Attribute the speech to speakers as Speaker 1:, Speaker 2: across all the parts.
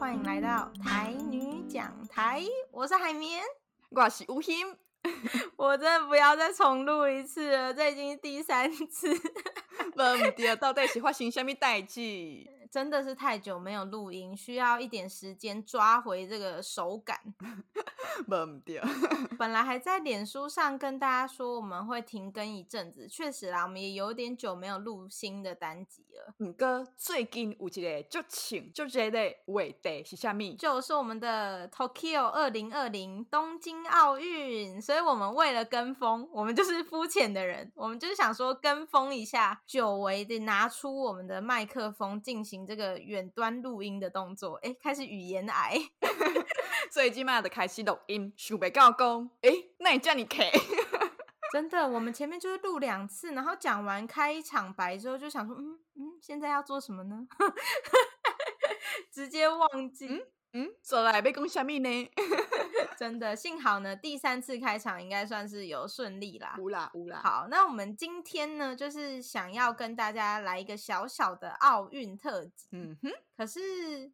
Speaker 1: 欢迎来到台女讲台，我是海绵。
Speaker 2: 我是吴 昕，
Speaker 1: 我真的不要再重录一次了，这已经是第三 次，
Speaker 2: 问对，到底是发生什么代志？
Speaker 1: 真的是太久没有录音，需要一点时间抓回这个手感。
Speaker 2: 问对，
Speaker 1: 本来还在脸书上跟大家说我们会停更一阵子，确实啦，我们也有点久没有录新的单集了，
Speaker 2: 毋过最近有一个足请足热的话题是啥物？
Speaker 1: 就是我们的 Tokyo 二零二零东京奥运，所以我们为了跟风，我们就是肤浅的人，我们就是想说跟风一下，久违的拿出我们的麦克风进行这个远端录音的动作，诶，开始语言癌。
Speaker 2: 最近嘛就开始录音，想袂到讲，诶，那你叫你客，
Speaker 1: 真的，我们前面就是录两次，然后讲完开场白之后，就想说，嗯嗯，现在要做什么呢？ 直接忘记，
Speaker 2: 嗯，做来要讲啥物呢？
Speaker 1: 真的。幸好呢，第三次开场应该算是有顺利啦。
Speaker 2: 有啦有啦，
Speaker 1: 好，那我们今天呢，就是想要跟大家来一个小小的奥运特辑。
Speaker 2: 嗯哼，
Speaker 1: 可是，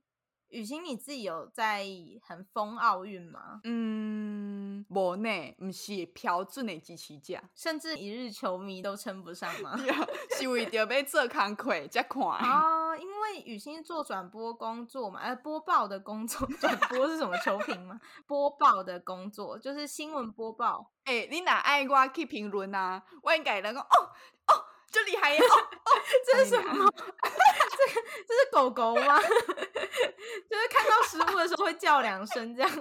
Speaker 1: 雨欣你自己有在很疯奥运吗？
Speaker 2: 嗯，无呢，毋是标准的支持者，
Speaker 1: 甚至一日球迷都称不上吗？
Speaker 2: 是为着要做工课才看。
Speaker 1: 哦，因为雨欣做转播工作嘛，呃，播报的工作，转播是什么球评吗？ 播报的工作就是新闻播报。
Speaker 2: 诶、你若爱我去评论啊，我应该能讲哦哦，足厉害的哦，
Speaker 1: 这是什
Speaker 2: 哎呀
Speaker 1: 么？这个这是狗狗吗？ 就是看到食物的时候会叫两声这样。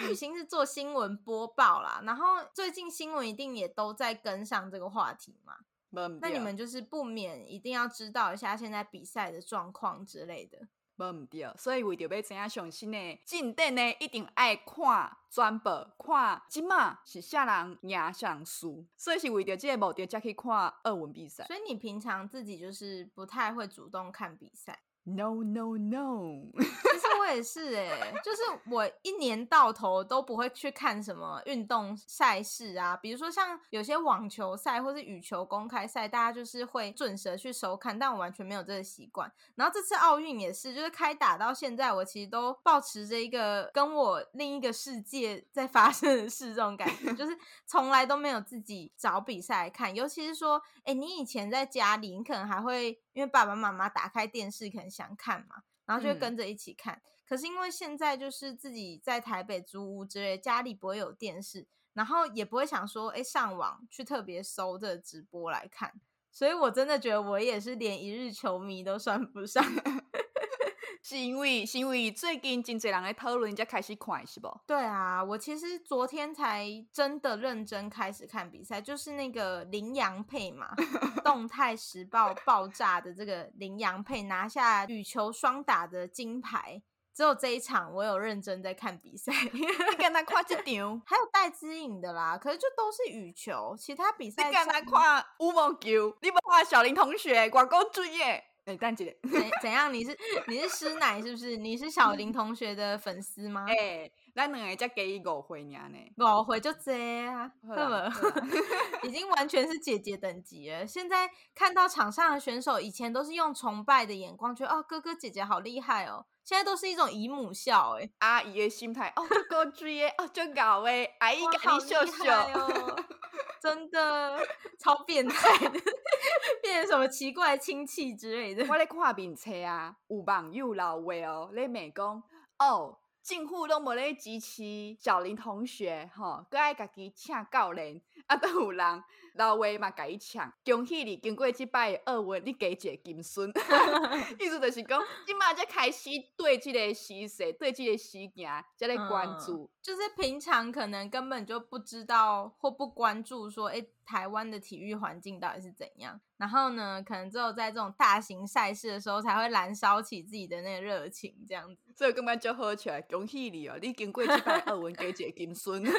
Speaker 1: 雨欣是做新闻播报啦，然后最近新闻一定也都在跟上这个话题嘛。
Speaker 2: 无毋
Speaker 1: 那你
Speaker 2: 对
Speaker 1: 们就是不免一定要知道一下现在比赛的状况之类的。
Speaker 2: 无毋对，所以为着要知影上新的进展呢，一定爱看全部，看即马是啥人赢啥人输，所以是为着即个目的才去看奥运比赛。
Speaker 1: 所以你平常自己就是不太会主动看比赛。
Speaker 2: No no no，
Speaker 1: 其实我也是哎、就是我一年到头都不会去看什么运动赛事啊，比如说像有些网球赛或是羽球公开赛，大家就是会准时地去收看，但我完全没有这个习惯。然后这次奥运也是，就是开打到现在，我其实都保持着一个跟我另一个世界在发生的事这种感觉，就是从来都没有自己找比赛来看。尤其是说，哎，你以前在家里，你可能还会因为爸爸妈妈打开电视，可能想看嘛，然后就会
Speaker 2: 嗯
Speaker 1: 跟着一起看。可是因为现在就是自己在台北租屋之类，家里不会有电视，然后也不会想说，哎，上网去特别搜这个直播来看。所以我真的觉得我也是连一日球迷都算不上。
Speaker 2: 是因为是因为最近真侪人咧讨论才开始看是无？
Speaker 1: 对啊，我其实昨天才真的认真开始看比赛，就是那个羚羊配嘛，《动态时报》爆炸的这个羚羊配拿下羽球双打的金牌。只有这一场我有认真在看比赛， 还
Speaker 2: 你敢若看 即场？
Speaker 1: 有戴资颖的啦，可是就都是羽球，其他比
Speaker 2: 你
Speaker 1: 赛
Speaker 2: 敢
Speaker 1: 上
Speaker 2: 若看羽毛球？你无看小林同学外国专业？诶、等一 下。
Speaker 1: 怎怎样？你是你是师奶是不是？你是 小林同学的粉丝吗？
Speaker 2: 诶、哎咱两个才加伊五岁尔呢。
Speaker 1: 我哦回就这啊，
Speaker 2: 好啦
Speaker 1: 好不 已经完全是姐姐等级了。现在看到场上的选手，以前都是用崇拜的眼光，觉得哦哥哥姐姐好厉害哦，现在都是一种姨母笑、欸，
Speaker 2: 阿姨的心态，哦，足够追的，哦，足够的，阿姨
Speaker 1: 哇
Speaker 2: 甲
Speaker 1: 好
Speaker 2: 你笑
Speaker 1: 厉害
Speaker 2: 笑，
Speaker 1: 哦，真的超变态的， 变成什么奇怪的亲戚之类的。
Speaker 2: 我咧看面册啊，有网友老话哦，咧骂讲，哦，政府拢无咧支持小林同学，吼、佮爱家己请教练，啊， 都有人老话嘛，甲伊抢，恭喜你经过即摆的奥运，你加一个金孙， 意思就是讲，即马才开始对即个时势，对即个事件，才咧关
Speaker 1: 嗯
Speaker 2: 注。
Speaker 1: 就是平常可能根本就不知道或不关注说，诶，台湾的体育环境到底是怎样。然后呢，可能只有在这种大型赛事的时候，才会燃烧起自己的那个热情，这样子。
Speaker 2: 所以我感觉就好笑，恭喜你哦！你经过即摆奥运，加一个金孙。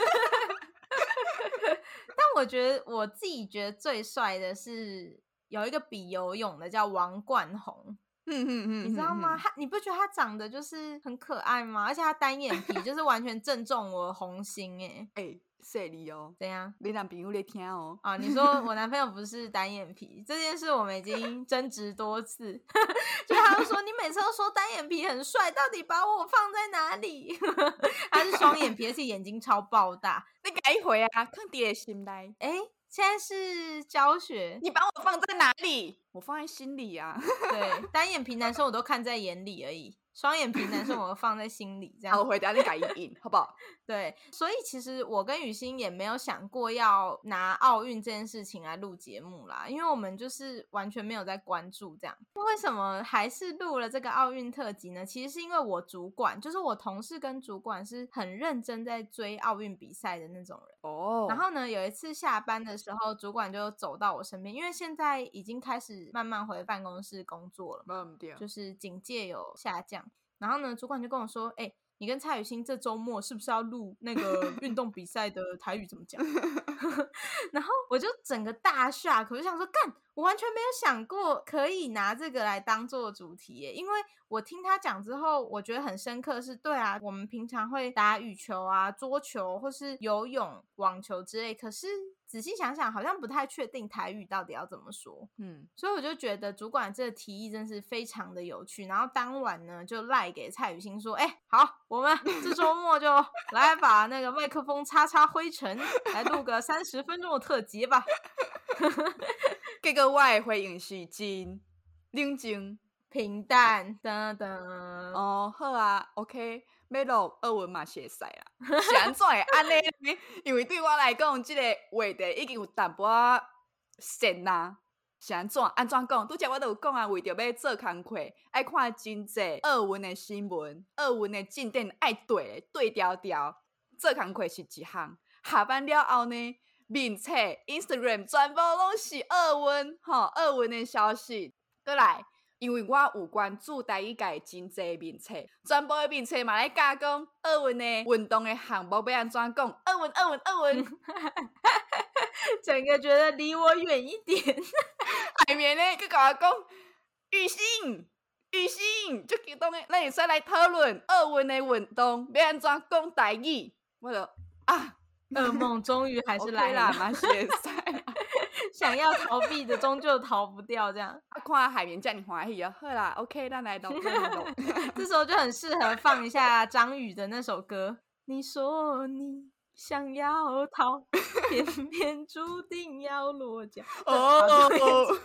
Speaker 1: 但我觉得我自己觉得最帅的是有一个比游泳的叫王冠宏，
Speaker 2: 嗯嗯嗯，
Speaker 1: 你知道吗？
Speaker 2: 嗯？嗯
Speaker 1: 他你不觉得他长得就是很可爱吗？而且他单眼皮就是完全正中我的红心哎、
Speaker 2: 哎，说你哦，
Speaker 1: 怎样？
Speaker 2: 你男朋友在听哦。
Speaker 1: 啊，你说我男朋友不是单眼皮这件事，我们已经争执多次。 就他就说你每次都说单眼皮很帅，到底把我放在哪里？ 他是双眼皮，而且眼睛超爆大。
Speaker 2: 你改回啊，看你的心来。
Speaker 1: 哎，现在是教学，
Speaker 2: 你把我放在哪里？我放在心里啊。
Speaker 1: 对单眼皮男生我都看在眼里而已，双眼皮男生我放在心里这样
Speaker 2: 好，。我回答你改音音，好不好？
Speaker 1: 对，所以其实我跟雨欣也没有想过要拿奥运这件事情来录节目啦，因为我们就是完全没有在关注这样。为什么还是录了这个奥运特辑呢？其实是因为我主管，就是我同事跟主管是很认真在追奥运比赛的那种人。
Speaker 2: 哦
Speaker 1: 然后呢，有一次下班的时候，主管就走到我身边，因为现在已经开始慢慢回办公室工作了嘛。
Speaker 2: 没对，啊
Speaker 1: 就是警戒有下降。然后呢，主管就跟我说：“哎、你跟蔡雨欣这周末是不是要录那个运动比赛的台语怎么讲？” 然后我就整个大 shock，我就想说，干，我完全没有想过可以拿这个来当做主题耶，因为我听他讲之后，我觉得很深刻是，对啊，我们平常会打羽球啊、桌球或是游泳、网球之类，可是仔细想想，好像不太确定台语到底要怎么说。
Speaker 2: 嗯，
Speaker 1: 所以我就觉得主管这个提议真是非常的有趣。然后当晚呢，就赖给蔡雨欣说：“哎、好，我 们这周末就来把那个麦克风擦擦灰尘，来录个三十分钟的特辑吧。
Speaker 2: 这个我的回应是真冷静。”
Speaker 1: 平淡，噔噔，
Speaker 2: 哦，好啊，OK，要录二文嘛是会使啦。是安怎会安尼呢？因为对我来讲，即、个话题已经有淡薄仔深啦。是安怎？安怎讲？拄则我都有讲啊，为着要做工课，爱看真济二文的新闻，二文的进展爱对对调调。做工课是一项，下班了后呢，面册、Instagram 全部拢是二文，吼，二文的消息。过来，因为我有关注台语界真济面册，全部的面册嘛来教讲奥运的运动的项目要安怎讲，奥运奥运 奥运，
Speaker 1: 整个觉得离我远一点。
Speaker 2: 下面呢佮甲我讲雨欣。雨欣，足激动诶！咱会使来讨论奥运的运动要安怎讲台语，我就啊，
Speaker 1: 噩梦终于还是啊
Speaker 2: OK
Speaker 1: 来了
Speaker 2: 啦，嘛是会使啦。
Speaker 1: 想要逃避的终究逃不掉。这样，
Speaker 2: 啊，看海绵遮尔欢喜啊，好啦，OK，咱来录，咱来 录。
Speaker 1: 这时候就很适合放一下张宇的那首歌。你说你想要逃，偏偏注定要落脚。
Speaker 2: 哦哦哦，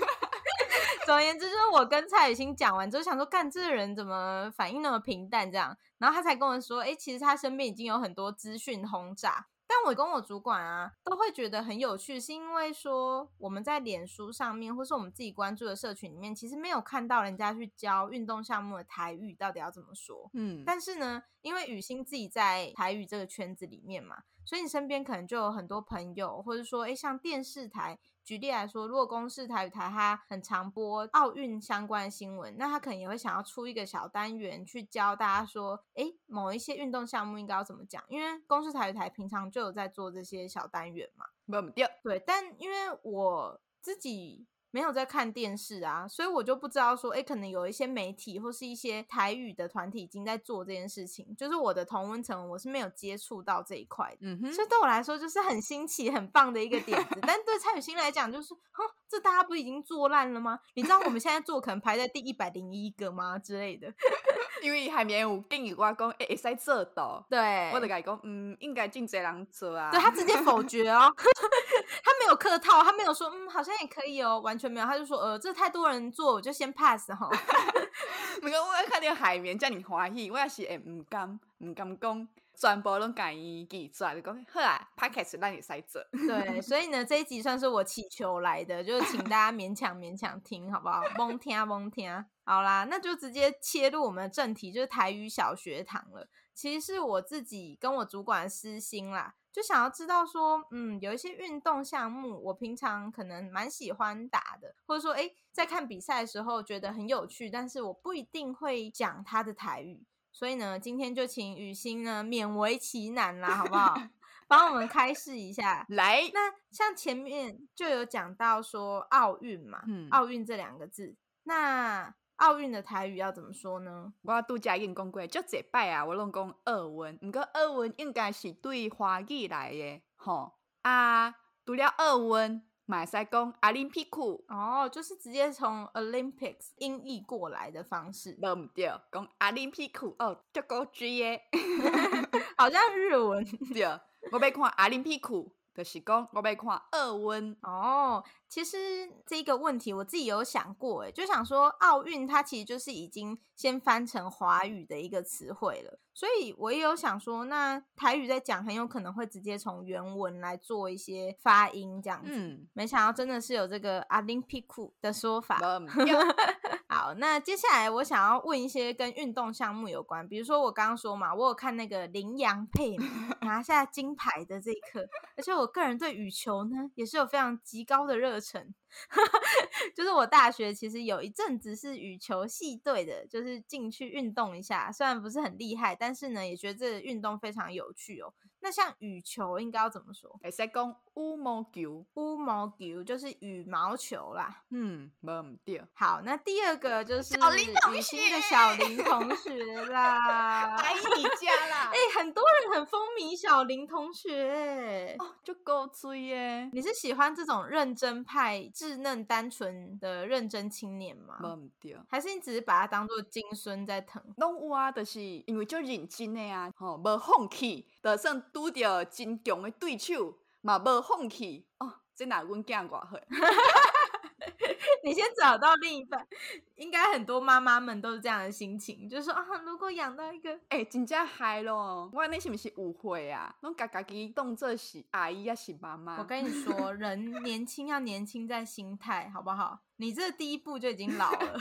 Speaker 1: 总而言之，就是我跟蔡雨欣讲完之后，想说，干这个人怎么反应那么平淡这样？然后他才跟我说，哎、其实他身边已经有很多资讯轰炸。但我跟我主管啊，都会觉得很有趣，是因为说我们在脸书上面，或是我们自己关注的社群里面，其实没有看到人家去教运动项目的台语到底要怎么说。
Speaker 2: 嗯，
Speaker 1: 但是呢，因为雨欣自己在台语这个圈子里面嘛，所以你身边可能就有很多朋友，或者说，诶，像电视台，举例来说，如果公视台语台它很常播奥运相关的新闻，那它可能也会想要出一个小单元去教大家说，诶，某一些运动项目应该要怎么讲，因为公视台语台平常就有在做这些小单元嘛。
Speaker 2: 无毋对，
Speaker 1: 对，但因为我自己没有在看电视啊，所以我就不知道说，哎，可能有一些媒体或是一些台语的团体已经在做这件事情，就是我的同温层我是没有接触到这一块的。
Speaker 2: 嗯哼，
Speaker 1: 所以对我来说就是很新奇、很棒的一个点子，但对蔡雨欣来讲就是，哼，这大家不已经做烂了吗？你知道我们现在做可能排在第一百零一个吗之类的？
Speaker 2: 因为海绵有建议我讲，诶、会使做到。
Speaker 1: 对，
Speaker 2: 我就甲伊讲，嗯，应该真侪人做啊。
Speaker 1: 对他直接否决哦， 他没有客套，他没有说嗯，好像也可以哦，完全没有，他就说呃，这太多人做，我就先 pass 哦哈、
Speaker 2: 毋过 我看到海绵遮尔欢喜，我也是会欸毋甘，毋甘讲，全部拢甲伊拒绝，就讲好啊 p a c k a g e 咱会使做。
Speaker 1: 对，所以呢，这一集算是我祈求来的，就是请大家勉强勉强听，好不好？蒙听啊蒙听。好啦，那就直接切入我们的正题，就是台语小学堂了。其实是我自己跟我主管的私心啦，就想要知道说，嗯，有一些运动项目，我平常可能蛮喜欢打的，或者说，诶，在看比赛的时候觉得很有趣，但是我不一定会讲它的台语。所以呢，今天就请雨欣呢勉为其难啦，好不好？帮我们开示一下。
Speaker 2: 来，
Speaker 1: 那像前面就有讲到说奥运嘛，
Speaker 2: 嗯
Speaker 1: 奥运这两个字，那奥运的台语要怎么说呢？
Speaker 2: 我拄则已经讲过，足一摆啊，我拢讲俄文，毋过俄文应该是对华语来的吼。啊，除了俄文，嘛会使讲阿林匹库，
Speaker 1: 哦，就是直接从 Olympics 音译过来的方式，
Speaker 2: 无毋对，讲阿林匹库哦，足古锥的。
Speaker 1: 好像日文
Speaker 2: 对，我要看阿林匹库，就是讲我要看俄文。
Speaker 1: 哦。其实这个问题我自己有想过，诶，就想说奥运它其实就是已经先翻成华语的一个词汇了，所以我也有想说，那台语在讲很有可能会直接从原文来做一些发音这样子。
Speaker 2: 嗯，
Speaker 1: 没想到真的是有这个阿林匹库的说法，
Speaker 2: 无毋对，
Speaker 1: 好，那接下来我想要问一些跟运动项目有关，比如说我刚刚说嘛，我有看那个羚羊配 嘛拿下金牌的这一刻，而且我个人对羽球呢也是有非常极高的热忱， 就是我大学其实有一阵子是羽球系队的，就是进去运动一下，虽然不是很厉害，但是呢也觉得这运动非常有趣哦。那像羽球应该要怎么说？
Speaker 2: 会使讲羽毛球。
Speaker 1: 乌毛球就是羽毛球啦。
Speaker 2: 嗯，无毋对。
Speaker 1: 好，那第二个就是
Speaker 2: 小林同
Speaker 1: 雨欣
Speaker 2: 学
Speaker 1: 的小林同 学啦。
Speaker 2: 阿姨你家啦
Speaker 1: 哎、，很多人很风靡小林同学、欸，
Speaker 2: 哦，足古锥的。
Speaker 1: 你是喜欢这种认真派、稚嫩单纯的认真青年
Speaker 2: 无
Speaker 1: 吗？
Speaker 2: 毋对，
Speaker 1: 还是你只是把他当做金孙在疼？
Speaker 2: 拢有啊，就是因为足认真诶啊，吼、无放弃，就算拄着真强诶对手，嘛无放弃。哦，这若阮囝偌好，
Speaker 1: 你先找到另一半， 应该很多妈妈们都是这样的心情，就是说啊，如果养到一个
Speaker 2: 诶、真正害咯！我安尼是毋是误会啊？拢甲家己当做是阿姨啊，是妈妈。
Speaker 1: 我跟你说，人年轻要年轻在心态，好不好？你这第一步就已经老了，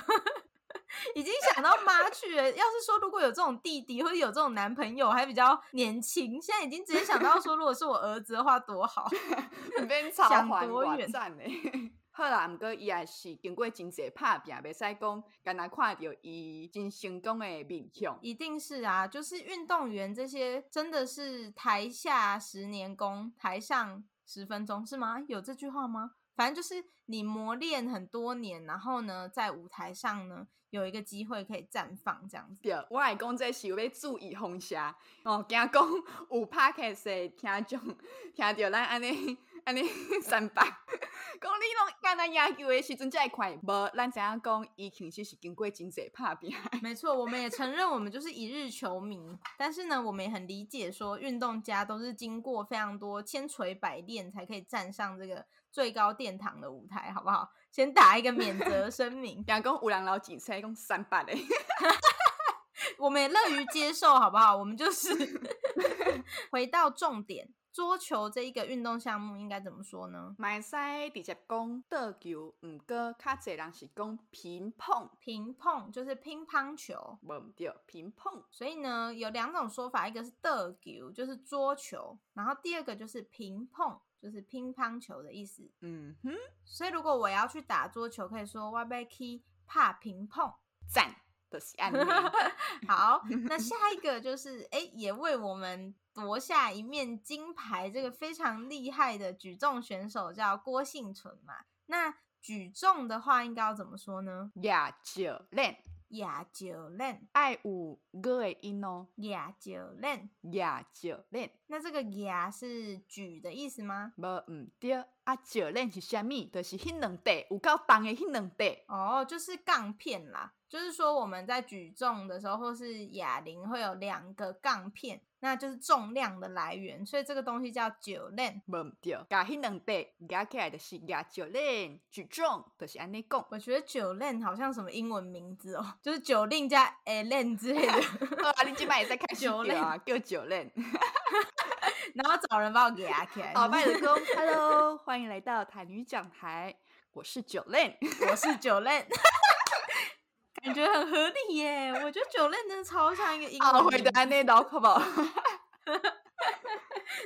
Speaker 1: 已经想到妈去了。要是说如果有这种弟弟或者有这种男朋友还比较年轻，现在已经直接想到说，如果是我儿子的话多好。
Speaker 2: 毋 免操
Speaker 1: 想
Speaker 2: 烦
Speaker 1: 多
Speaker 2: 偌
Speaker 1: 远
Speaker 2: 赞诶。好啦，毋过伊也是经过真济打拼，袂使讲干那看着伊真成功诶面相。
Speaker 1: 一定是啊，就是运动员这些真的是台下十年功，台上十分钟是吗？有这句话吗？反正就是你磨练很多年，然后呢，在舞台上呢有一个机会可以绽放，这样子。
Speaker 2: 对，我会讲这是有要注意风声哦，惊讲有 p o d c a s 听众听着咱安尼安尼三八，讲你拢干那野球的时阵才会看，无咱知影讲伊其实是经过真济拍拼。，
Speaker 1: 没错，我们也承认我们就是一日球迷，但是呢，我们也很理解说，运动家都是经过非常多千锤百炼才可以站上这个最高殿堂的舞台，好不好？先打一个免责声明
Speaker 2: 惊讲有人老几岁讲三八的，
Speaker 1: 我们也乐于接受，好不好？我们就是 回到重点，桌球这一个运动项目应该怎么说呢？
Speaker 2: 嘛会使直接讲桌球，毋过较济人是讲乒乓，
Speaker 1: 乒乓就是乒乓球，
Speaker 2: 无毋对，乒乓。
Speaker 1: 所以呢，有两种说法，一个是的球，就是桌球，然后第二个就是乒乓，就是乒乓球的意思。
Speaker 2: 嗯哼，
Speaker 1: 所以如果我要去打桌球，可以说我要去怕乒乓。
Speaker 2: 赞，就是安尼。
Speaker 1: 好，那下一个就是哎、诶也为我们夺下一面金牌，这个非常厉害的举重选手叫郭幸存嘛。那举重的话，应该要怎么说呢？
Speaker 2: 亚少练，
Speaker 1: 亚九练，
Speaker 2: 爱有个的音哦。
Speaker 1: 亚九练。
Speaker 2: 亚少练，
Speaker 1: 那这个亚是举的意思吗？
Speaker 2: 无毋对。啊，少练是啥物？就是迄两块有够重的迄两块。
Speaker 1: 哦，就是杠片啦，就是说我们在举重的时候或是哑铃会有两个杠片，那就是重量的来源，所以这个东西叫九链。
Speaker 2: 无毋对，甲迄两块举起来就是亚少练，举重就是安尼讲。
Speaker 1: 我觉得九链好像什么英文名字哦， 就是九令加 a l n 之类的，
Speaker 2: 好啊，你即摆会使开始
Speaker 1: 少
Speaker 2: 叫啊，叫少练。
Speaker 1: 然后找人把我给压起来。
Speaker 2: 后摆就讲，Hello，欢 迎来到台女讲台，我是少 练。
Speaker 1: 我是九链， 感觉很合理耶。我觉得九链真的超像一个英
Speaker 2: 后
Speaker 1: 文
Speaker 2: 悔
Speaker 1: 名
Speaker 2: 的
Speaker 1: 字。
Speaker 2: 安尼老可无？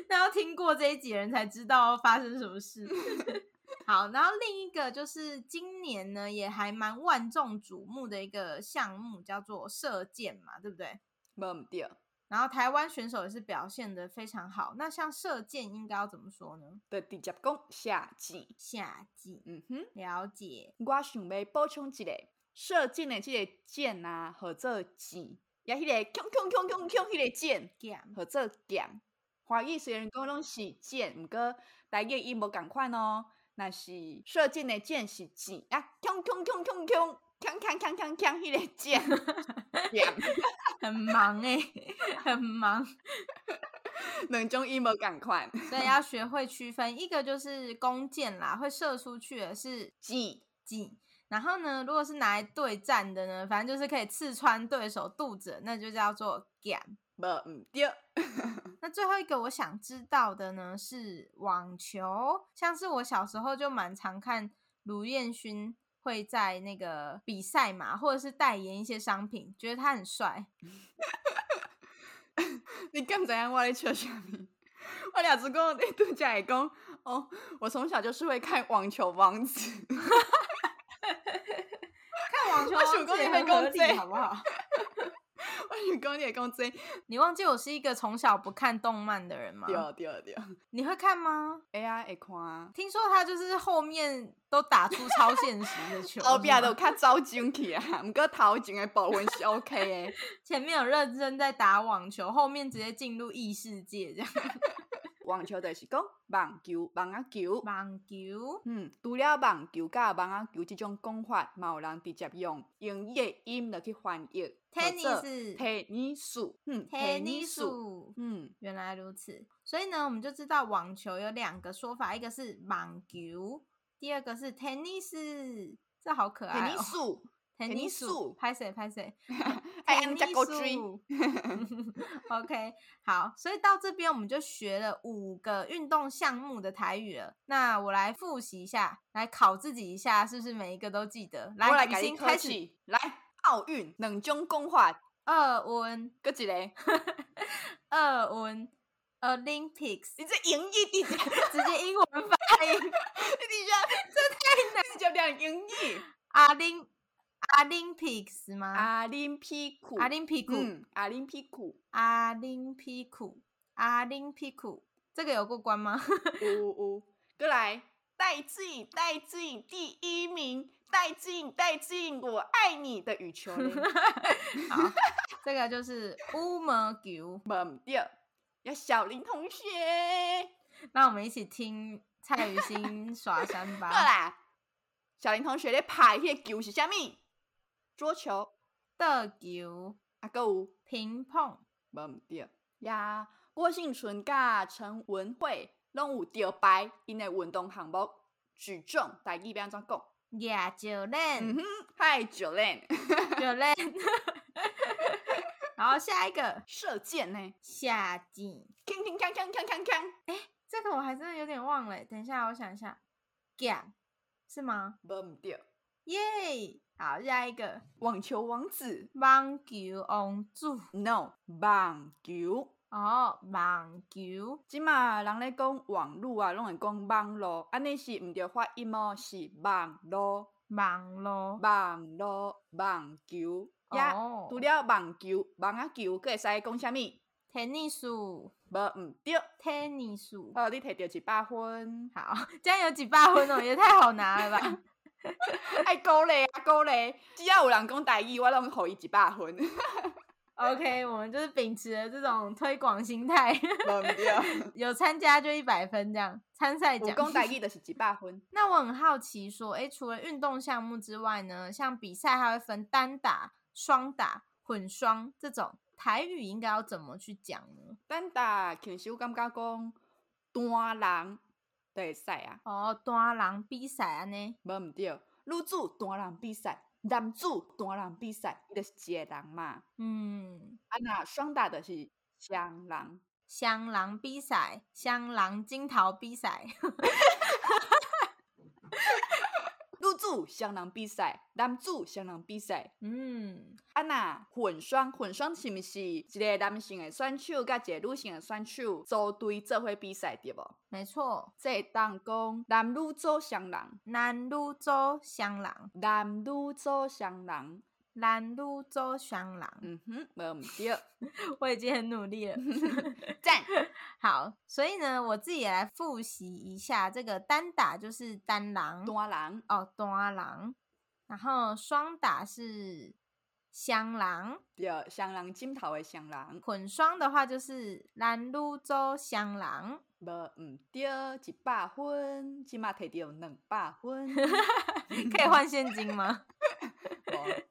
Speaker 1: 那要听过这一集的人才知道发生什么事。 好，然后另一个就是今年呢，也还蛮万众瞩目的一个项目，叫做射箭嘛，对不对？
Speaker 2: 无毋对，
Speaker 1: 然后台湾选手也是表现的非常好。那像射箭应该要怎么说呢？
Speaker 2: 就直接讲下箭。
Speaker 1: 下季
Speaker 2: 嗯哼，
Speaker 1: 了解。
Speaker 2: 我想要补充一个，射箭的即个箭啊，合做箭，也迄、那个锵锵锵锵锵迄个箭， 合做剑。华语虽然讲拢是箭，毋过台语伊无共款哦。若是射箭的箭是箭啊，锵锵锵锵锵，锵锵锵锵锵，迄个箭剑，
Speaker 1: 很忙哎、很忙，
Speaker 2: 两种伊无共款。
Speaker 1: 所以要学会区分。一个就是弓箭啦，会射出去的是
Speaker 2: 箭
Speaker 1: 箭，然后呢，如果是拿来对战的呢，反正就是可以刺穿对手肚子的，那就叫做 gam。
Speaker 2: 无毋对，
Speaker 1: 那最后一个我想知道的呢是网球，像是我小时候就蛮常看卢彦勋会在那个比赛嘛，或者是代言一些商品，觉得他很帅。
Speaker 2: 你敢知影我咧笑啥物？我俩只讲你拄则会讲哦，我从小就是会看《网球王子》
Speaker 1: 看网球
Speaker 2: 我想
Speaker 1: 王
Speaker 2: 说
Speaker 1: 子也
Speaker 2: 你会
Speaker 1: 很合
Speaker 2: 讲这
Speaker 1: 理，好不好？
Speaker 2: 我是 讲你会讲这
Speaker 1: 你忘记我是一个从小不看动漫的人吗？
Speaker 2: 对对对，
Speaker 1: 你会看吗？
Speaker 2: 会啊会看啊，
Speaker 1: 听说他就是后面都打出超现实的球，
Speaker 2: 后壁
Speaker 1: 是吗
Speaker 2: 都较走进去啊， 毋过头前的部分是 OK 的。
Speaker 1: 前面有认真在打网球，后面直接进入异世界这样。
Speaker 2: 网球就是讲网球、网啊球。
Speaker 1: 网球，
Speaker 2: 嗯，除了网球甲网啊球即种讲法，嘛有人直接用英语的音落去翻译。
Speaker 1: ，tennis，
Speaker 2: 天尼斯，嗯，
Speaker 1: 天
Speaker 2: 尼
Speaker 1: 尼
Speaker 2: 斯，
Speaker 1: 鼠。
Speaker 2: 嗯，
Speaker 1: 原来如此，所以呢，我们就知道网球有两个说法，一个是网球，第二个是 tennis。这好可
Speaker 2: 天
Speaker 1: 爱
Speaker 2: 尼
Speaker 1: 哦！
Speaker 2: 斯。
Speaker 1: 田尼鼠，
Speaker 2: tennis
Speaker 1: 拍谁拍谁，
Speaker 2: 哎
Speaker 1: 田
Speaker 2: ，I'm
Speaker 1: 尼
Speaker 2: Jacko Tree
Speaker 1: 鼠 OK，好， 所以到这边我们就学了五个运动项目的台语了。那我来复习一下，来考自己一下，是不是每一个都记得？
Speaker 2: 我来
Speaker 1: 来，雨
Speaker 2: 甲你
Speaker 1: 欣
Speaker 2: 开
Speaker 1: 开始。
Speaker 2: 始，来奥运两种讲法，
Speaker 1: 二温，
Speaker 2: 搁一个，
Speaker 1: 二温，Olympics，
Speaker 2: 你这 英语直接，
Speaker 1: 直接英文发音。
Speaker 2: 你直接变英语，
Speaker 1: 阿林，阿林 pics 吗？
Speaker 2: 阿林屁股，
Speaker 1: 阿林屁股，
Speaker 2: 嗯，阿林屁股，
Speaker 1: 阿林屁股，阿林屁股，这个有过关吗？
Speaker 2: 有 有，搁来戴志颖，戴志颖第一名，戴志颖，戴志颖，我爱你的羽球嘞，
Speaker 1: 好，这个就是乌毛球。
Speaker 2: 无对，要小林同学，
Speaker 1: 让我们一起听蔡雨欣耍三
Speaker 2: 过
Speaker 1: 八。
Speaker 2: 来，小林同学咧拍迄个球是啥物？桌球，
Speaker 1: 的球、
Speaker 2: 啊，搁有。
Speaker 1: 乒乓、
Speaker 2: 无毋对呀。郭幸存甲陈文慧拢有吊牌，因诶运动项目举重，大家要安怎讲？
Speaker 1: 野球
Speaker 2: 嗯
Speaker 1: 练
Speaker 2: 哼、，嗨，九练
Speaker 1: 球练。 然后下一个
Speaker 2: 射箭呢，
Speaker 1: 下井，
Speaker 2: 锵锵锵锵锵锵锵，
Speaker 1: 这个我还真的有点忘了。等一下，我想一下，干是吗？
Speaker 2: 无毋对。
Speaker 1: 耶、好，下一个
Speaker 2: 网球王子
Speaker 1: 网球王子
Speaker 2: ，no，网球。
Speaker 1: 哦，网球
Speaker 2: 即马人咧讲网络啊，拢会讲网络，安尼是毋对发音哦，是网络、
Speaker 1: 网络
Speaker 2: 网络、网球。呀、
Speaker 1: 哦
Speaker 2: 除了网球、网啊球，佫会使讲啥物？
Speaker 1: ，tennis tennis。，
Speaker 2: 无毋对，哦，你摕到一百分
Speaker 1: 好，这样有几百分哦，也太好拿了吧？
Speaker 2: 爱鼓励啊鼓励，只要有人讲台语，我拢互伊一百分， 无
Speaker 1: OK，我们就是秉持了这种推广心态，
Speaker 2: 毋对。
Speaker 1: 有参加就一百分这样，参赛
Speaker 2: 有
Speaker 1: 奖。
Speaker 2: 讲台语就是一百分，
Speaker 1: 那我很好奇说，诶，除了运动项目之外呢，像比赛还会分单打、双打、混双这种，台语应该要怎么去讲呢？
Speaker 2: 咱打其实我感觉讲单人就会使啊，
Speaker 1: 哦，单人比赛安呢？
Speaker 2: 无毋对。女子单人比赛，男子单人比赛，伊就是一个人嘛。
Speaker 1: 嗯，
Speaker 2: 啊，若双打就是双人，
Speaker 1: 双人比赛、双人金桃比赛、
Speaker 2: 女子双人比赛，男子双人比赛，
Speaker 1: 嗯，
Speaker 2: 啊那混双，混双是毋是一个男性的选手甲一个女性的选手组队做伙比赛对无？
Speaker 1: 没错，
Speaker 2: 这会当讲男女组双人，
Speaker 1: 男女组双人，
Speaker 2: 男女组双人，
Speaker 1: 男女组双人，
Speaker 2: 嗯哼，无毋对，
Speaker 1: 我已经很努力了。
Speaker 2: 赞，
Speaker 1: 好，所以呢，我自己也来复习一下这个单打，就是单狼
Speaker 2: 单人，
Speaker 1: 哦，单狼。然后双打是双人，
Speaker 2: 对，双人金头的双人，
Speaker 1: 混双的话就是兰鲁州双人。
Speaker 2: 无毋对，一百分，即马摕到两百分，
Speaker 1: 可以换现金吗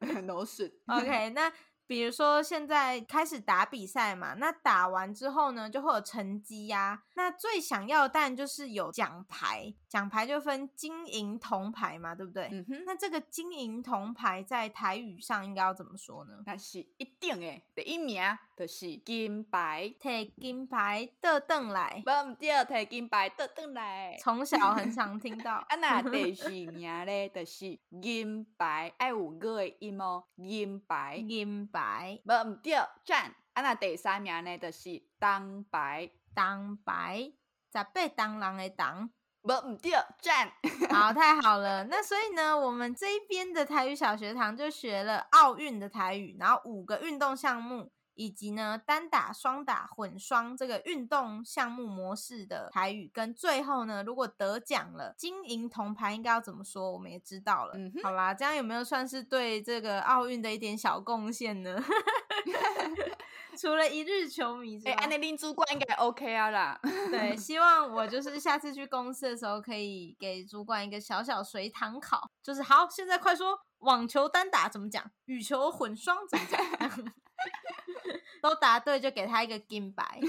Speaker 2: 无 no shit。
Speaker 1: ？OK，那比如说现在开始打比赛嘛，那打完之后呢，就会有成绩呀、那最想要的当然就是有奖牌，奖牌就分金银铜牌嘛，对不对？
Speaker 2: 嗯哼，
Speaker 1: 那这个金银铜牌在台语上应该要怎么说呢？
Speaker 2: 那是一定诶，第一名就是金牌，
Speaker 1: 摕金牌倒转来，
Speaker 2: 无毋对，摕金牌倒转来。
Speaker 1: 从小很常听 到。
Speaker 2: 啊，那第四名咧，就是银牌，爱有个音哦，银牌，
Speaker 1: 银牌、
Speaker 2: 无毋对，赞。啊，那第三名呢，就是铜牌，
Speaker 1: 铜牌、十八当人的当，
Speaker 2: 无毋对，赞。
Speaker 1: 好，太好了。那所以呢，我们这一边的台语小学堂就学了奥运的台语，然后五个运动项目，以及呢单打、双打、混双这个运动项目模式的台语，跟最后呢，如果得奖了，金银铜牌应该要怎么说，我们也知道了。
Speaker 2: 嗯哼
Speaker 1: 好啦，这样有没有算是对这个奥运的一点小贡献 呢？ 除了一日球迷之
Speaker 2: 诶，
Speaker 1: 外，
Speaker 2: 哎安尼恁主管应该 OK 啊啦。
Speaker 1: 对，希望我就是下次去公司的时候，可以给主管一个小小随堂考，就是好，现在快说网球单打怎么讲，羽球混双怎么讲， 都答对就给他一个金牌。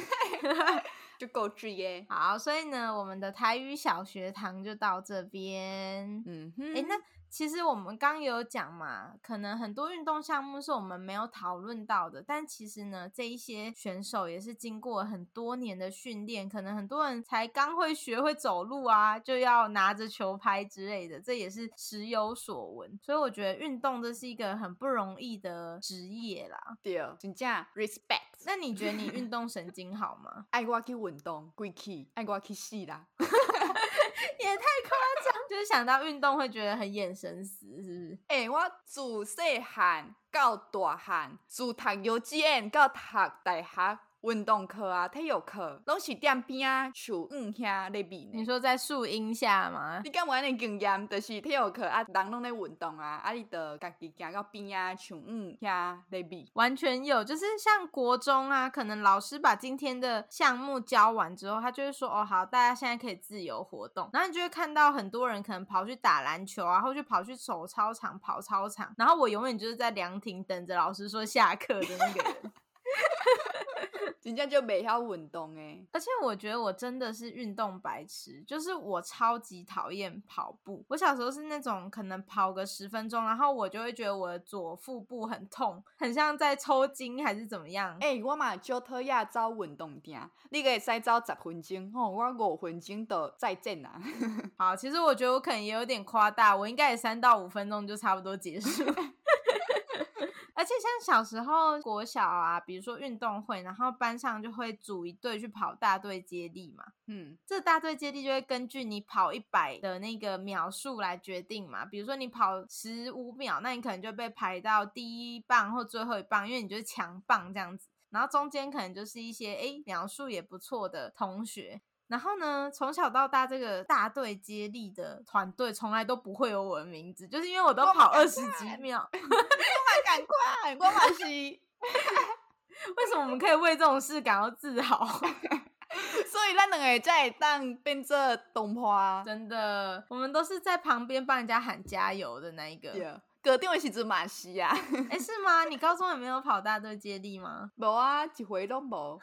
Speaker 2: 就够注耶。
Speaker 1: 好，所以呢，我们的台语小学堂就到这边。
Speaker 2: 嗯哼，
Speaker 1: 诶，那其实我们刚有讲嘛，可能很多运动项目是我们没有讨论到的，但其实呢，这一些选手也是经过很多年的训练，可能很多人才刚会学会走路啊，就要拿着球拍之类的，这也是时有所闻。所以我觉得运动这是一个很不容易的职业啦。
Speaker 2: 对，哦真正 respect。
Speaker 1: 那你觉得你运动神经好吗？
Speaker 2: 爱我去运动，规气爱我去死啦！
Speaker 1: 也太夸张， 就是想到运动会觉得很眼神死，是不是？
Speaker 2: 诶、哎我自细汉到大汉，自读幼稚园到读大学，运动课啊、体育课，拢是踮边啊树荫遐咧比
Speaker 1: 你
Speaker 2: 呢。
Speaker 1: 说在树荫下吗？
Speaker 2: 你敢有安尼经验，就是体育课啊，人拢咧运动啊，啊，你著家己行到边啊树荫遐咧比。
Speaker 1: 完全有，就是像国中啊，可能老师把今天的项目教完之后，他就会说：“哦，好，大家现在可以自由活动。”然后你就会看到很多人可能跑去打篮球啊，或去跑去走操场、跑操场。然后我永远就是在凉亭等着老师说下课的那个人。
Speaker 2: 真正就袂晓运动诶。
Speaker 1: 而且我觉得我真的是运动白痴，就是我超级讨厌跑步。我小时候是那种可能跑个十分钟，然后我就会觉得我的左腹部很痛，很像在抽筋还是怎么样。
Speaker 2: 诶、欸我嘛少讨厌走运动定，你个会使走十分钟吼，我五分钟就再见啊啦。
Speaker 1: 好，其实我觉得我可能也有点夸大，我应该也三到五分钟就差不多结束。 而且像小时候国小啊，比如说运动会，然后班上就会组一队去跑大队接力嘛。
Speaker 2: 嗯，
Speaker 1: 这大队接力就会根据你跑一百的那个秒数来决定嘛。比如说你跑十五秒，那你可能就被排到第一棒或最后一棒，因为你就是强棒这样子。然后中间可能就是一些诶秒数也不错的同学。然后呢，从小到大这个大队接力的团队从来都不会有我的名字，就是因为我都
Speaker 2: Oh my
Speaker 1: 跑二十几秒。
Speaker 2: 我嘛啊赶快，我嘛是，
Speaker 1: 为什么我们可以为这种事感到自豪？
Speaker 2: 所以咱两个才会当变做动画。
Speaker 1: 真的，我们都是在旁边帮人家喊加油的那一个。
Speaker 2: 对，啊高中的时阵嘛是啊，
Speaker 1: 哎、是吗？你高中也没有跑大队接力吗？
Speaker 2: 无啊，一回拢 无。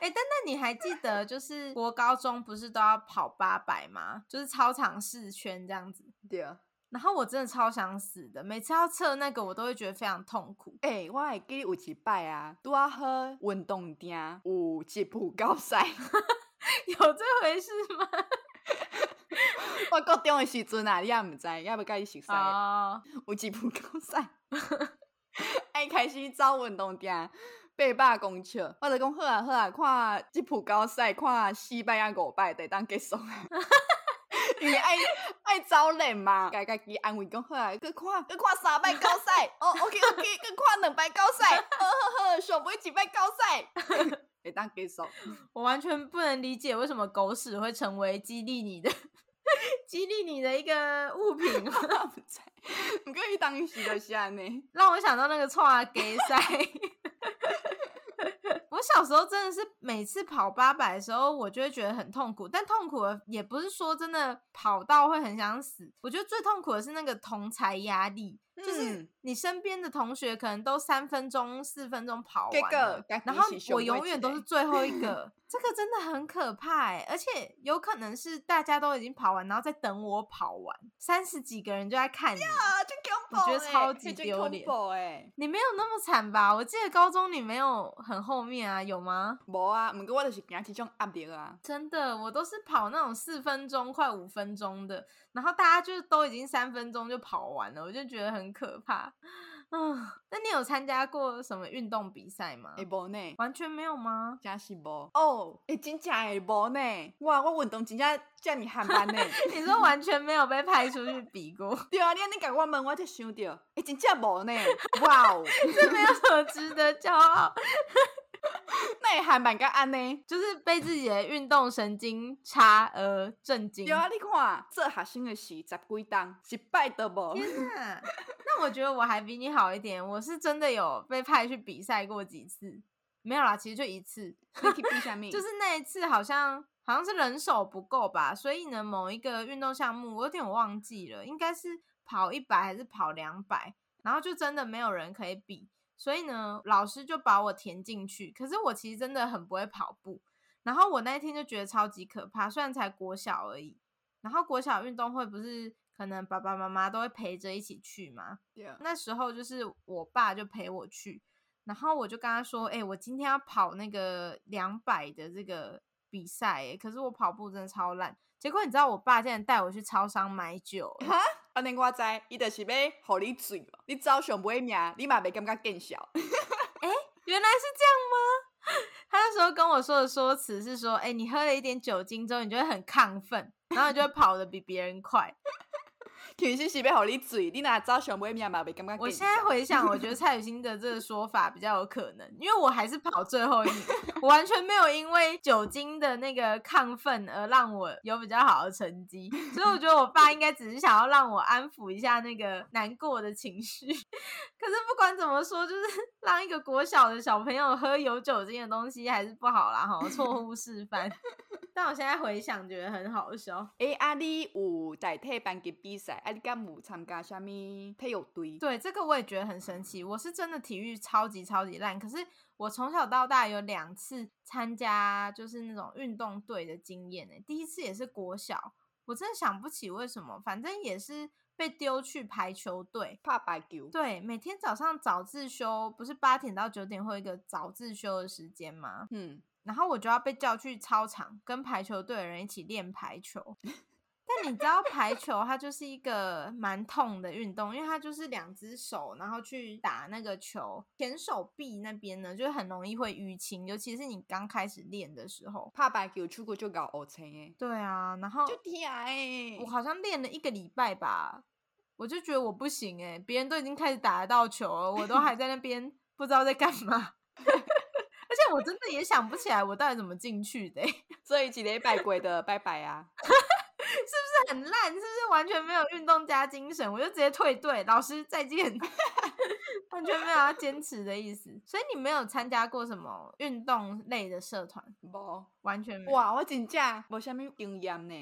Speaker 1: 哎、但那你还记得，就是国高中不是都要跑八百吗？就是操场四圈这样子。
Speaker 2: 对，
Speaker 1: 然后我真的超想死的，每次要测那个，我都会觉得非常痛苦。
Speaker 2: 诶、欸我会记得有一摆啊，拄啊好运动定有一步高赛，
Speaker 1: 有这回事吗？
Speaker 2: 我高中的时阵啊，你也毋知，也要甲你熟悉。
Speaker 1: 哦，
Speaker 2: 有一步高赛， 爱开始走运动定八百公尺，我就讲好啊好啊，看一步高赛，看四摆啊五摆，得当结束啊。 因为爱爱走累嘛，家家己安慰讲好啊，去看去看三摆高赛，哦，OK OK，去 看两摆高赛，好哦好好，上尾一摆高赛， 会当结束。
Speaker 1: 我完全不能理解为什么狗屎会成为激励你的 激励你的一个物品吗，
Speaker 2: 我不知， 毋过伊当时就是安尼。
Speaker 1: 让我想到那个跨 gay 赛。 我小时候真的是每次跑八百的时候，我就会觉得很痛苦，但痛苦的也不是说真的跑到会很想死，我觉得最痛苦的是那个同才压力，就是
Speaker 2: 嗯
Speaker 1: 你身边的同学可能都三分钟、四分钟跑
Speaker 2: 结
Speaker 1: 完了
Speaker 2: 果自己
Speaker 1: 然后
Speaker 2: 是上
Speaker 1: 我
Speaker 2: 尾
Speaker 1: 永
Speaker 2: 一
Speaker 1: 远都
Speaker 2: 个
Speaker 1: 是最后一个，这个真的很可怕哎、而且有可能是大家都已经跑完，然后再等我跑完，三十几个人就在看你。
Speaker 2: 啊，就恐怖、
Speaker 1: 我觉得超
Speaker 2: 欸
Speaker 1: 级
Speaker 2: 这就
Speaker 1: 丢
Speaker 2: 恐
Speaker 1: 脸
Speaker 2: 怖欸
Speaker 1: 你没有那么惨吧？我记得高中你没有很后面啊，有吗？
Speaker 2: 无啊，毋过我就是惊即种压力啊。
Speaker 1: 真的，我都是跑那种四分钟、快五分钟的，然后大家就都已经三分钟就跑完了，我就觉得很可怕。嗯，那你有参加过什么运动比赛吗？
Speaker 2: 会无呢？
Speaker 1: 完全没有吗？
Speaker 2: 真是无哦，会真正会无呢？哇，我运动真正遮尔 憨班呢。
Speaker 1: 你说完全没有被派出去比过，
Speaker 2: 对啊，你安尼甲我问，我才想着，会真正无呢？哇哦，
Speaker 1: 这没有什么值得骄傲，
Speaker 2: 那会憨班甲安尼？
Speaker 1: 就是被自己的运动神经差而震惊。
Speaker 2: 对啊，你看做学生的时十几档，一摆都无。
Speaker 1: 天呐，那我觉得我还比你好一点，我是真的有被派去比赛过几次，没有啦，其实就一次，
Speaker 2: 你去比啥物？
Speaker 1: 就是那一次好像好像是人手不够吧，所以呢某一个运动项目我有点忘记了，应该是跑一百还是跑两百，然后就真的没有人可以比，所以呢老师就把我填进去，可是我其实真的很不会跑步，然后我那一天就觉得超级可怕，虽然才国小而已，然后国小运动会不是。可能爸爸妈妈都会陪着一起去嘛，
Speaker 2: 对啊
Speaker 1: 那时候就是我爸就陪我去，然后我就跟他说：“哎、我今天要跑那个两百的这个比赛、欸，可是我跑步真的超烂。”结果你知道，我爸竟然带我去超商买酒欸、
Speaker 2: 安尼我知，伊就是要互你醉哦，你走上尾名，你嘛袂感觉见笑。
Speaker 1: 原来是这样吗？ 他那时候跟我说的说辞是说：“哎、你喝了一点酒精之后，你就会很亢奋，然后你就会跑得比别人快。
Speaker 2: 其实是要互你醉，你若走上尾名嘛袂感觉”
Speaker 1: 我
Speaker 2: 见
Speaker 1: 现在
Speaker 2: 笑
Speaker 1: 回想，我觉得蔡雨欣的这个说法比较有可能，因为我还是跑最后一名，我完全没有因为酒精的那个亢奋而让我有比较好的成绩，所以我觉得我爸应该只是想要让我安抚一下那个难过的情绪。 可是不管怎么说，就是让一个国小的小朋友喝有酒精的东西还是不好啦，哈，错误示范。但我现在回想，觉得很好笑。
Speaker 2: 诶、啊，你有代替班级比赛，啊，你敢有参加啥物体育队？
Speaker 1: 对，这个我也觉得很神奇。我是真的体育超级超级烂，可是我从小到大有两次参加就是那种运动队的经验呢、第一次也是国小，我真的想不起为什么，反正也是被丢去排球队。
Speaker 2: 拍排球。
Speaker 1: 对，每天早上早自修，不是八点到九点会有一个早自修的时间吗？
Speaker 2: 嗯，
Speaker 1: 然后我就要被叫去操场跟排球队的人一起练排球。 但你知道排球它就是一个蛮痛的运动，因为它就是两只手，然后去打那个球，前手臂那边呢就很容易会淤青，尤其是你刚开始练的时候。
Speaker 2: 拍排球出国就搞黑青诶，
Speaker 1: 对啊，然后
Speaker 2: 就疼诶。
Speaker 1: 我好像练了一个礼拜吧，我就觉得我不行哎、别人都已经开始打得到球了，我都还在那边 不知道在干嘛。 而且我真的也想不起来我到底怎么进去的欸、
Speaker 2: 所以一礼拜过的拜拜啊。
Speaker 1: 很烂，是不是完全没有运动加精神？我就直接退队，老师再见， 完全没有要坚持的意思。所以你没有参加过什么运动类的社团，
Speaker 2: 无，
Speaker 1: 完全没有。哦
Speaker 2: 哇，我真正无啥物经验 呢。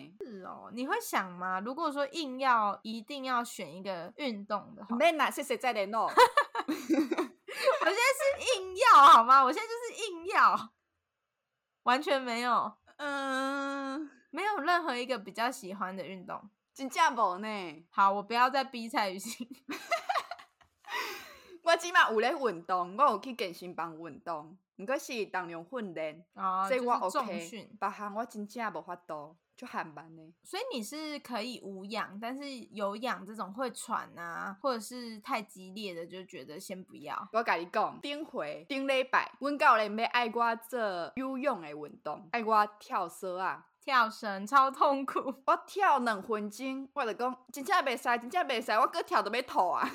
Speaker 1: 你会想吗？如果说硬要一定要选一个运动的话
Speaker 2: 毋，免啦，谢谢再 联络。
Speaker 1: 我现在是硬要好吗？我现在就是硬要，完全没有，
Speaker 2: 嗯，
Speaker 1: 没有任何一个比较喜欢的运动。
Speaker 2: 真正无呢。
Speaker 1: 好，我不要再逼蔡雨欣。
Speaker 2: 我即码有咧运动，我有去健身房运动，毋过是重量训练，
Speaker 1: 哦，
Speaker 2: 所以我
Speaker 1: 就是重
Speaker 2: OK。
Speaker 1: 训。
Speaker 2: 别项我真正无法度，就很慢呢。
Speaker 1: 所以你是可以无氧，但是有氧这种会喘啊，或者是太激烈的，就觉得先不要。
Speaker 2: 我甲你讲，顶回顶礼拜，阮教练要爱我做游泳的运动，爱我跳绳啊。
Speaker 1: 跳绳超痛苦，
Speaker 2: 我跳两分钟，我就讲真正袂使，真正袂使，我搁跳都要吐啊！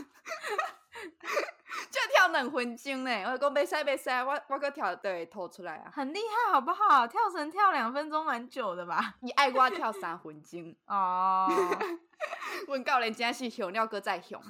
Speaker 2: 就跳两分钟呢，我讲袂使袂使，我我搁跳就会吐出来啊！
Speaker 1: 很厉害，好不好？跳绳跳两分钟蛮久的吧？
Speaker 2: 伊爱我跳三分钟，
Speaker 1: 哦，
Speaker 2: 阮教练真是熊了搁再熊。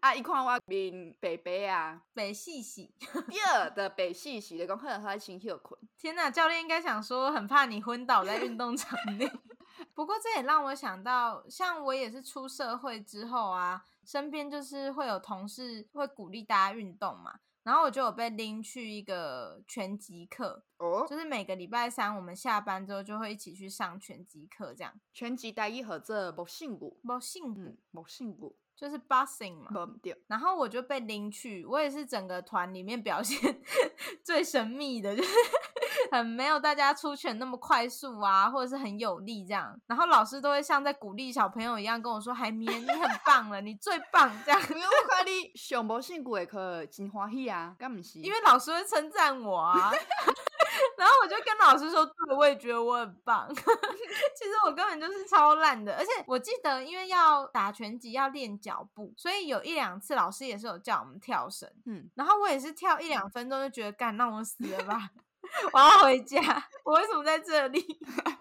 Speaker 2: 啊，伊看我面白白啊，
Speaker 1: 北细细。
Speaker 2: 第二的白死死就讲可能他先休困。
Speaker 1: 天呐，教练应该想说，很怕你昏倒在运动场内。 不过这也让我想到，像我也是出社会之后啊，身边就是会有同事会鼓励大家运动嘛，然后我就有被拎去一个拳击课，
Speaker 2: 哦，
Speaker 1: 就是每个礼拜三我们下班之后就会一起去上拳击课，这样。
Speaker 2: 拳击台语合作木性骨，
Speaker 1: 不信
Speaker 2: 嗯，木性骨，
Speaker 1: 就是 boxing 嘛，
Speaker 2: 无毋 对。
Speaker 1: 然后我就被拎去，我也是整个团里面表现 最神秘的，就是 很没有大家出拳那么快速啊，或者是很有力这样。然后老师都会像在鼓励小朋友一样跟我说：“海绵，你很棒了，你最棒。”这样，
Speaker 2: 因为我看你上无性骨的课真欢喜啊，敢毋是？
Speaker 1: 因为老师会称赞我啊。 然后我就跟老师说：“对，我也觉得我很棒。” 其实我根本就是超烂的，而且我记得，因为要打拳击要练脚步，所以有一两次老师也是有叫我们跳绳。
Speaker 2: 嗯，
Speaker 1: 然后我也是跳一两分钟就觉得，干，让我死了吧， 我要回家，我为什么在这里？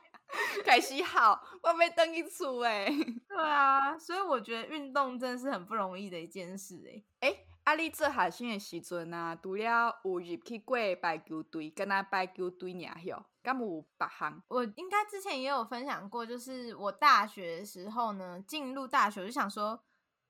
Speaker 2: 开始好， 我要登去厝诶。
Speaker 1: 对啊，所以我觉得运动真的是很不容易的一件事哎、
Speaker 2: 诶，啊，你做学生诶时阵啊，除了有入去过排球队，敢若排球队尔吼，敢有别项？
Speaker 1: 我应该之前也有分享过，就是我大学的时候呢，进入大学我就想说，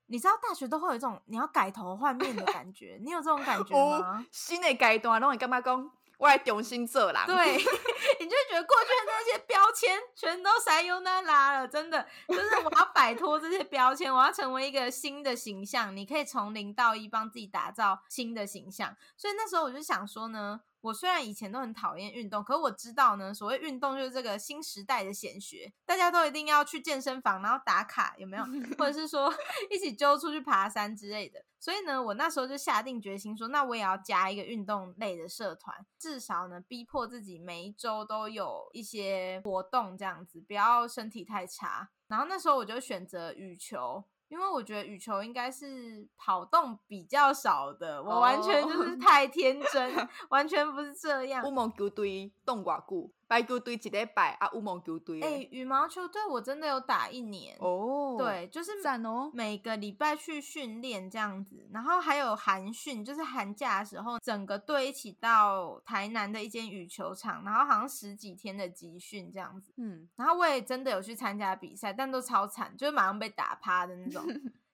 Speaker 1: 你知道大学都会有一种你要改头换面的感觉，你有这种感觉吗？
Speaker 2: 新诶阶段，拢会感觉讲，我要重新做人。
Speaker 1: 对， 你就会觉得过去的那些标签全都塞优那拉了，真的就是我要摆脱这些标签，我要成为一个新的形象。你可以从零到一帮自己打造新的形象，所以那时候我就想说呢。我虽然以前都很讨厌运动，可我知道呢，所谓运动就是这个新时代的显学，大家都一定要去健身房，然后打卡，有没有？或者是说一起揪出去爬山之类的。所以呢，我那时候就下定决心说，那我也要加一个运动类的社团，至少呢，逼迫自己每一周都有一些活动，这样子，不要身体太差。然后那时候我就选择羽球。因为我觉得羽球应该是跑动比较少的，我完全就
Speaker 2: 哦
Speaker 1: 是太天真，完全不是这样
Speaker 2: 羽。毛球队动偌久，排球队一礼拜啊，羽毛球队
Speaker 1: 哎、
Speaker 2: 诶。
Speaker 1: 羽毛球队我真的有打一年，
Speaker 2: 哦，
Speaker 1: 对，，就是
Speaker 2: 赞哦。
Speaker 1: 每个礼拜去训练这样子，然后还有寒训，就是寒假的时候，整个队一起到台南的一间羽球场，然后好像十几天的集训这样子。
Speaker 2: 嗯，
Speaker 1: 然后我也真的有去参加比赛，但都超惨，就是马上被打趴的那种。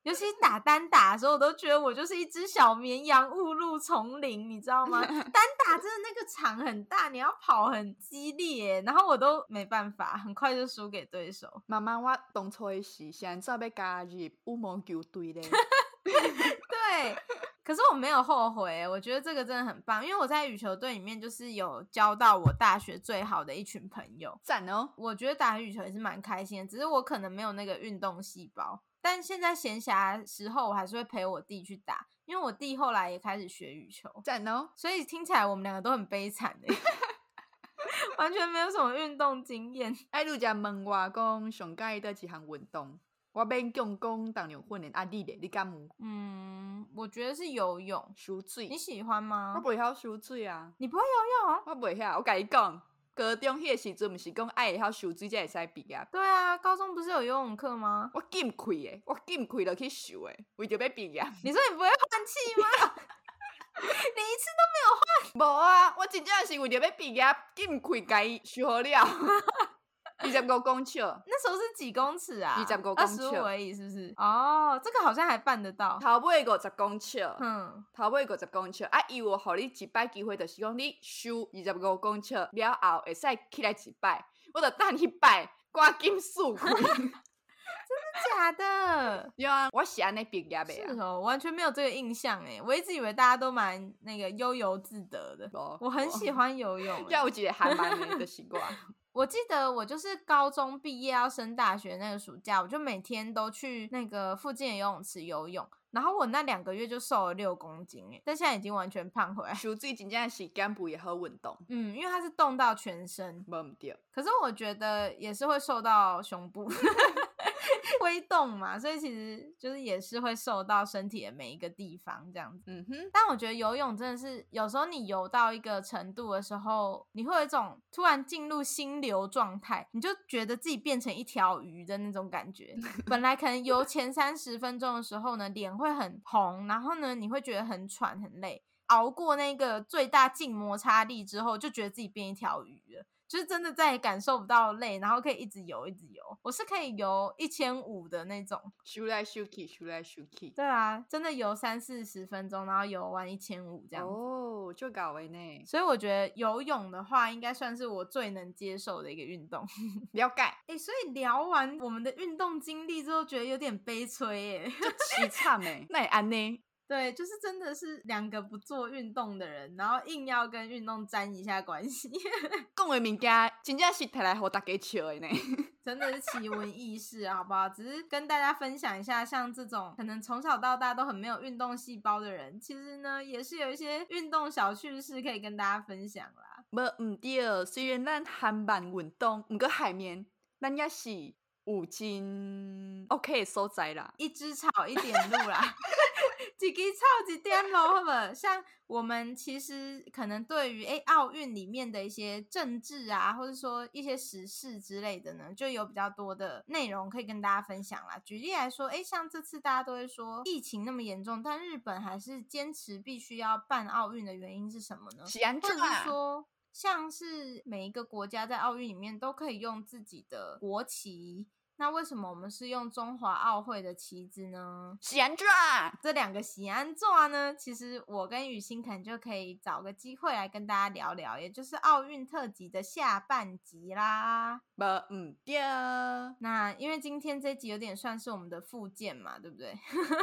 Speaker 1: 尤其打单打的时候，我都觉得我就是一只小绵羊误入丛林，你知道吗？单打真的那个场很大，你要跑很激烈，然后我都没办法，很快就输给对手。
Speaker 2: 妈妈，我当初诶时是安怎要加入羽毛球队咧？
Speaker 1: 对，可是我没有后悔，我觉得这个真的很棒，因为我在羽球队里面就是有交到我大学最好的一群朋友。
Speaker 2: 赞哦。
Speaker 1: 我觉得打羽球也是蛮开心的，只是我可能没有那个运动细胞。但现在闲暇的时候，我还是会陪我弟去打，因为我弟后来也开始学羽球，
Speaker 2: 赞哦，
Speaker 1: 所以听起来我们两个都很悲惨哎、完全没有什么运动经验。
Speaker 2: 爱你才问我讲上介意倒一项运动，我勉强讲当牛训练啊，你咧，你敢有
Speaker 1: 嗯，我觉得是游泳，
Speaker 2: 输水
Speaker 1: 你？喜欢
Speaker 2: 我
Speaker 1: 吗？
Speaker 2: 袂晓输水啊，
Speaker 1: 你不会游泳？
Speaker 2: 我袂晓。我甲你讲，高中迄个时阵，毋是讲爱会晓输水才会使毕业。
Speaker 1: 对啊，高中不是有游泳课吗？
Speaker 2: 我禁开诶，我禁开落去收诶，为着要毕业。
Speaker 1: 你说你不会换气吗？你一次
Speaker 2: 无啊，我真正是为着要毕业，禁开甲伊收好了。二十五公尺，
Speaker 1: 那时候是几公尺啊？
Speaker 2: 25
Speaker 1: 二十
Speaker 2: 公
Speaker 1: 五
Speaker 2: 尺
Speaker 1: 而已，是不是？哦，这个好像还办得到。
Speaker 2: 头尾五十公尺，
Speaker 1: 嗯，
Speaker 2: 头尾五十公尺。啊，伊有互你一摆机会，就是讲你收二十五公尺了后，会使起来一摆。我著等迄摆，赶紧 输开。
Speaker 1: 假 的。
Speaker 2: 对啊，我是安尼毕业诶啊
Speaker 1: 是。哦，我完全没有这个印象哎，我一直以为大家都蛮那个悠游自得的。
Speaker 2: 无
Speaker 1: 我很喜。欢游泳欸，
Speaker 2: 要有一个还蛮的习惯，
Speaker 1: 我记得我就是高中毕业要升大学那个暑假，我就每天都去那个附近的游泳池游泳，然后我那两个月就瘦了六公斤哎，但现在已经完全胖回来。
Speaker 2: 游水真正是减肥的好运动，
Speaker 1: 嗯，因为它是动到全身，
Speaker 2: 无毋对。
Speaker 1: 可是我觉得也是会受到胸部，挥动嘛，所以其实就是也是会受到身体的每一个地方这样子。
Speaker 2: 嗯哼，
Speaker 1: 但我觉得游泳真的是，有时候你游到一个程度的时候，你会有一种突然进入心流状态，你就觉得自己变成一条鱼的那种感觉。本来可能游前三十分钟的时候呢，脸会很红，然后呢，你会觉得很喘很累。熬过那个最大静摩擦力之后，就觉得自己变一条鱼了。就是真的再也感受不到累，然后可以一直游，一直游。我是可以游一千五的那种，
Speaker 2: 修来修去，修来修去。
Speaker 1: 对啊，真的游三四十分钟，然后游完一千五这样子。
Speaker 2: 哦，就搞为呢，
Speaker 1: 所以我觉得游泳的话，应该算是我最能接受的一个运动。
Speaker 2: 了解，
Speaker 1: 哎、所以聊完我们的运动经历之后，觉得有点悲催耶。
Speaker 2: 就凄惨诶，那也安呢？
Speaker 1: 对，就是真的是两个不做运动的人，然后硬要跟运动沾一下关系，
Speaker 2: 讲的物件真正是摕来互大家笑的呢。
Speaker 1: 真的是奇闻异事，啊好不好？只是跟大家分享一下，像这种可能从小到大都很没有运动细胞的人，其实呢也是有一些运动小趣事可以跟大家分享啦。
Speaker 2: 无毋对，虽然咱韩版运动，毋过海绵，咱也是有真 OK 的所在啦。
Speaker 1: 一枝草一点露啦， 几枝草一点露，好不好？像我们其实可能对于诶奥运里面的一些政治啊，或者说一些时事之类的呢，就有比较多的内容可以跟大家分享啦。举例来说，诶，像这次大家都会说疫情那么严重，但日本还是坚持必须要办奥运的原因是什么呢？
Speaker 2: 是安
Speaker 1: 哦或
Speaker 2: 怎
Speaker 1: 者是
Speaker 2: 啊？
Speaker 1: 说，像是每一个国家在奥运里面都可以用自己的国旗，那为什么我们是用中华奥会的旗子呢？
Speaker 2: 是安怎啊？
Speaker 1: 这两个喜安座啊呢，其实我跟雨欣可能就可以找个机会来跟大家聊聊，也就是奥运特辑的下半集啦。
Speaker 2: 无毋对，
Speaker 1: 那因为今天这集有点算是我们的附件嘛，对不对？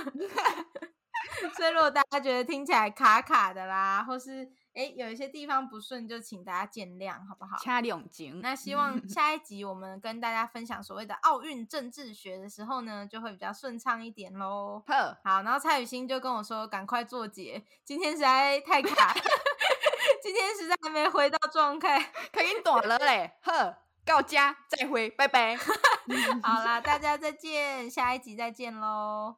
Speaker 1: 所以如果大家觉得听起来卡卡的啦，或是诶有一些地方不顺，就请大家见谅，好不好？
Speaker 2: 请谅情。
Speaker 1: 那希望下一集我们跟大家分享所谓的奥运政治学的时候呢，就会比较顺畅一点喽。
Speaker 2: 好，
Speaker 1: 好，然后蔡雨欣就跟我说，赶快做结，今天实在太卡， 今天实在还没回到状态。
Speaker 2: 可以断了嘞。好，到家再会，拜拜。
Speaker 1: 好啦，大家再见，下一集再见喽。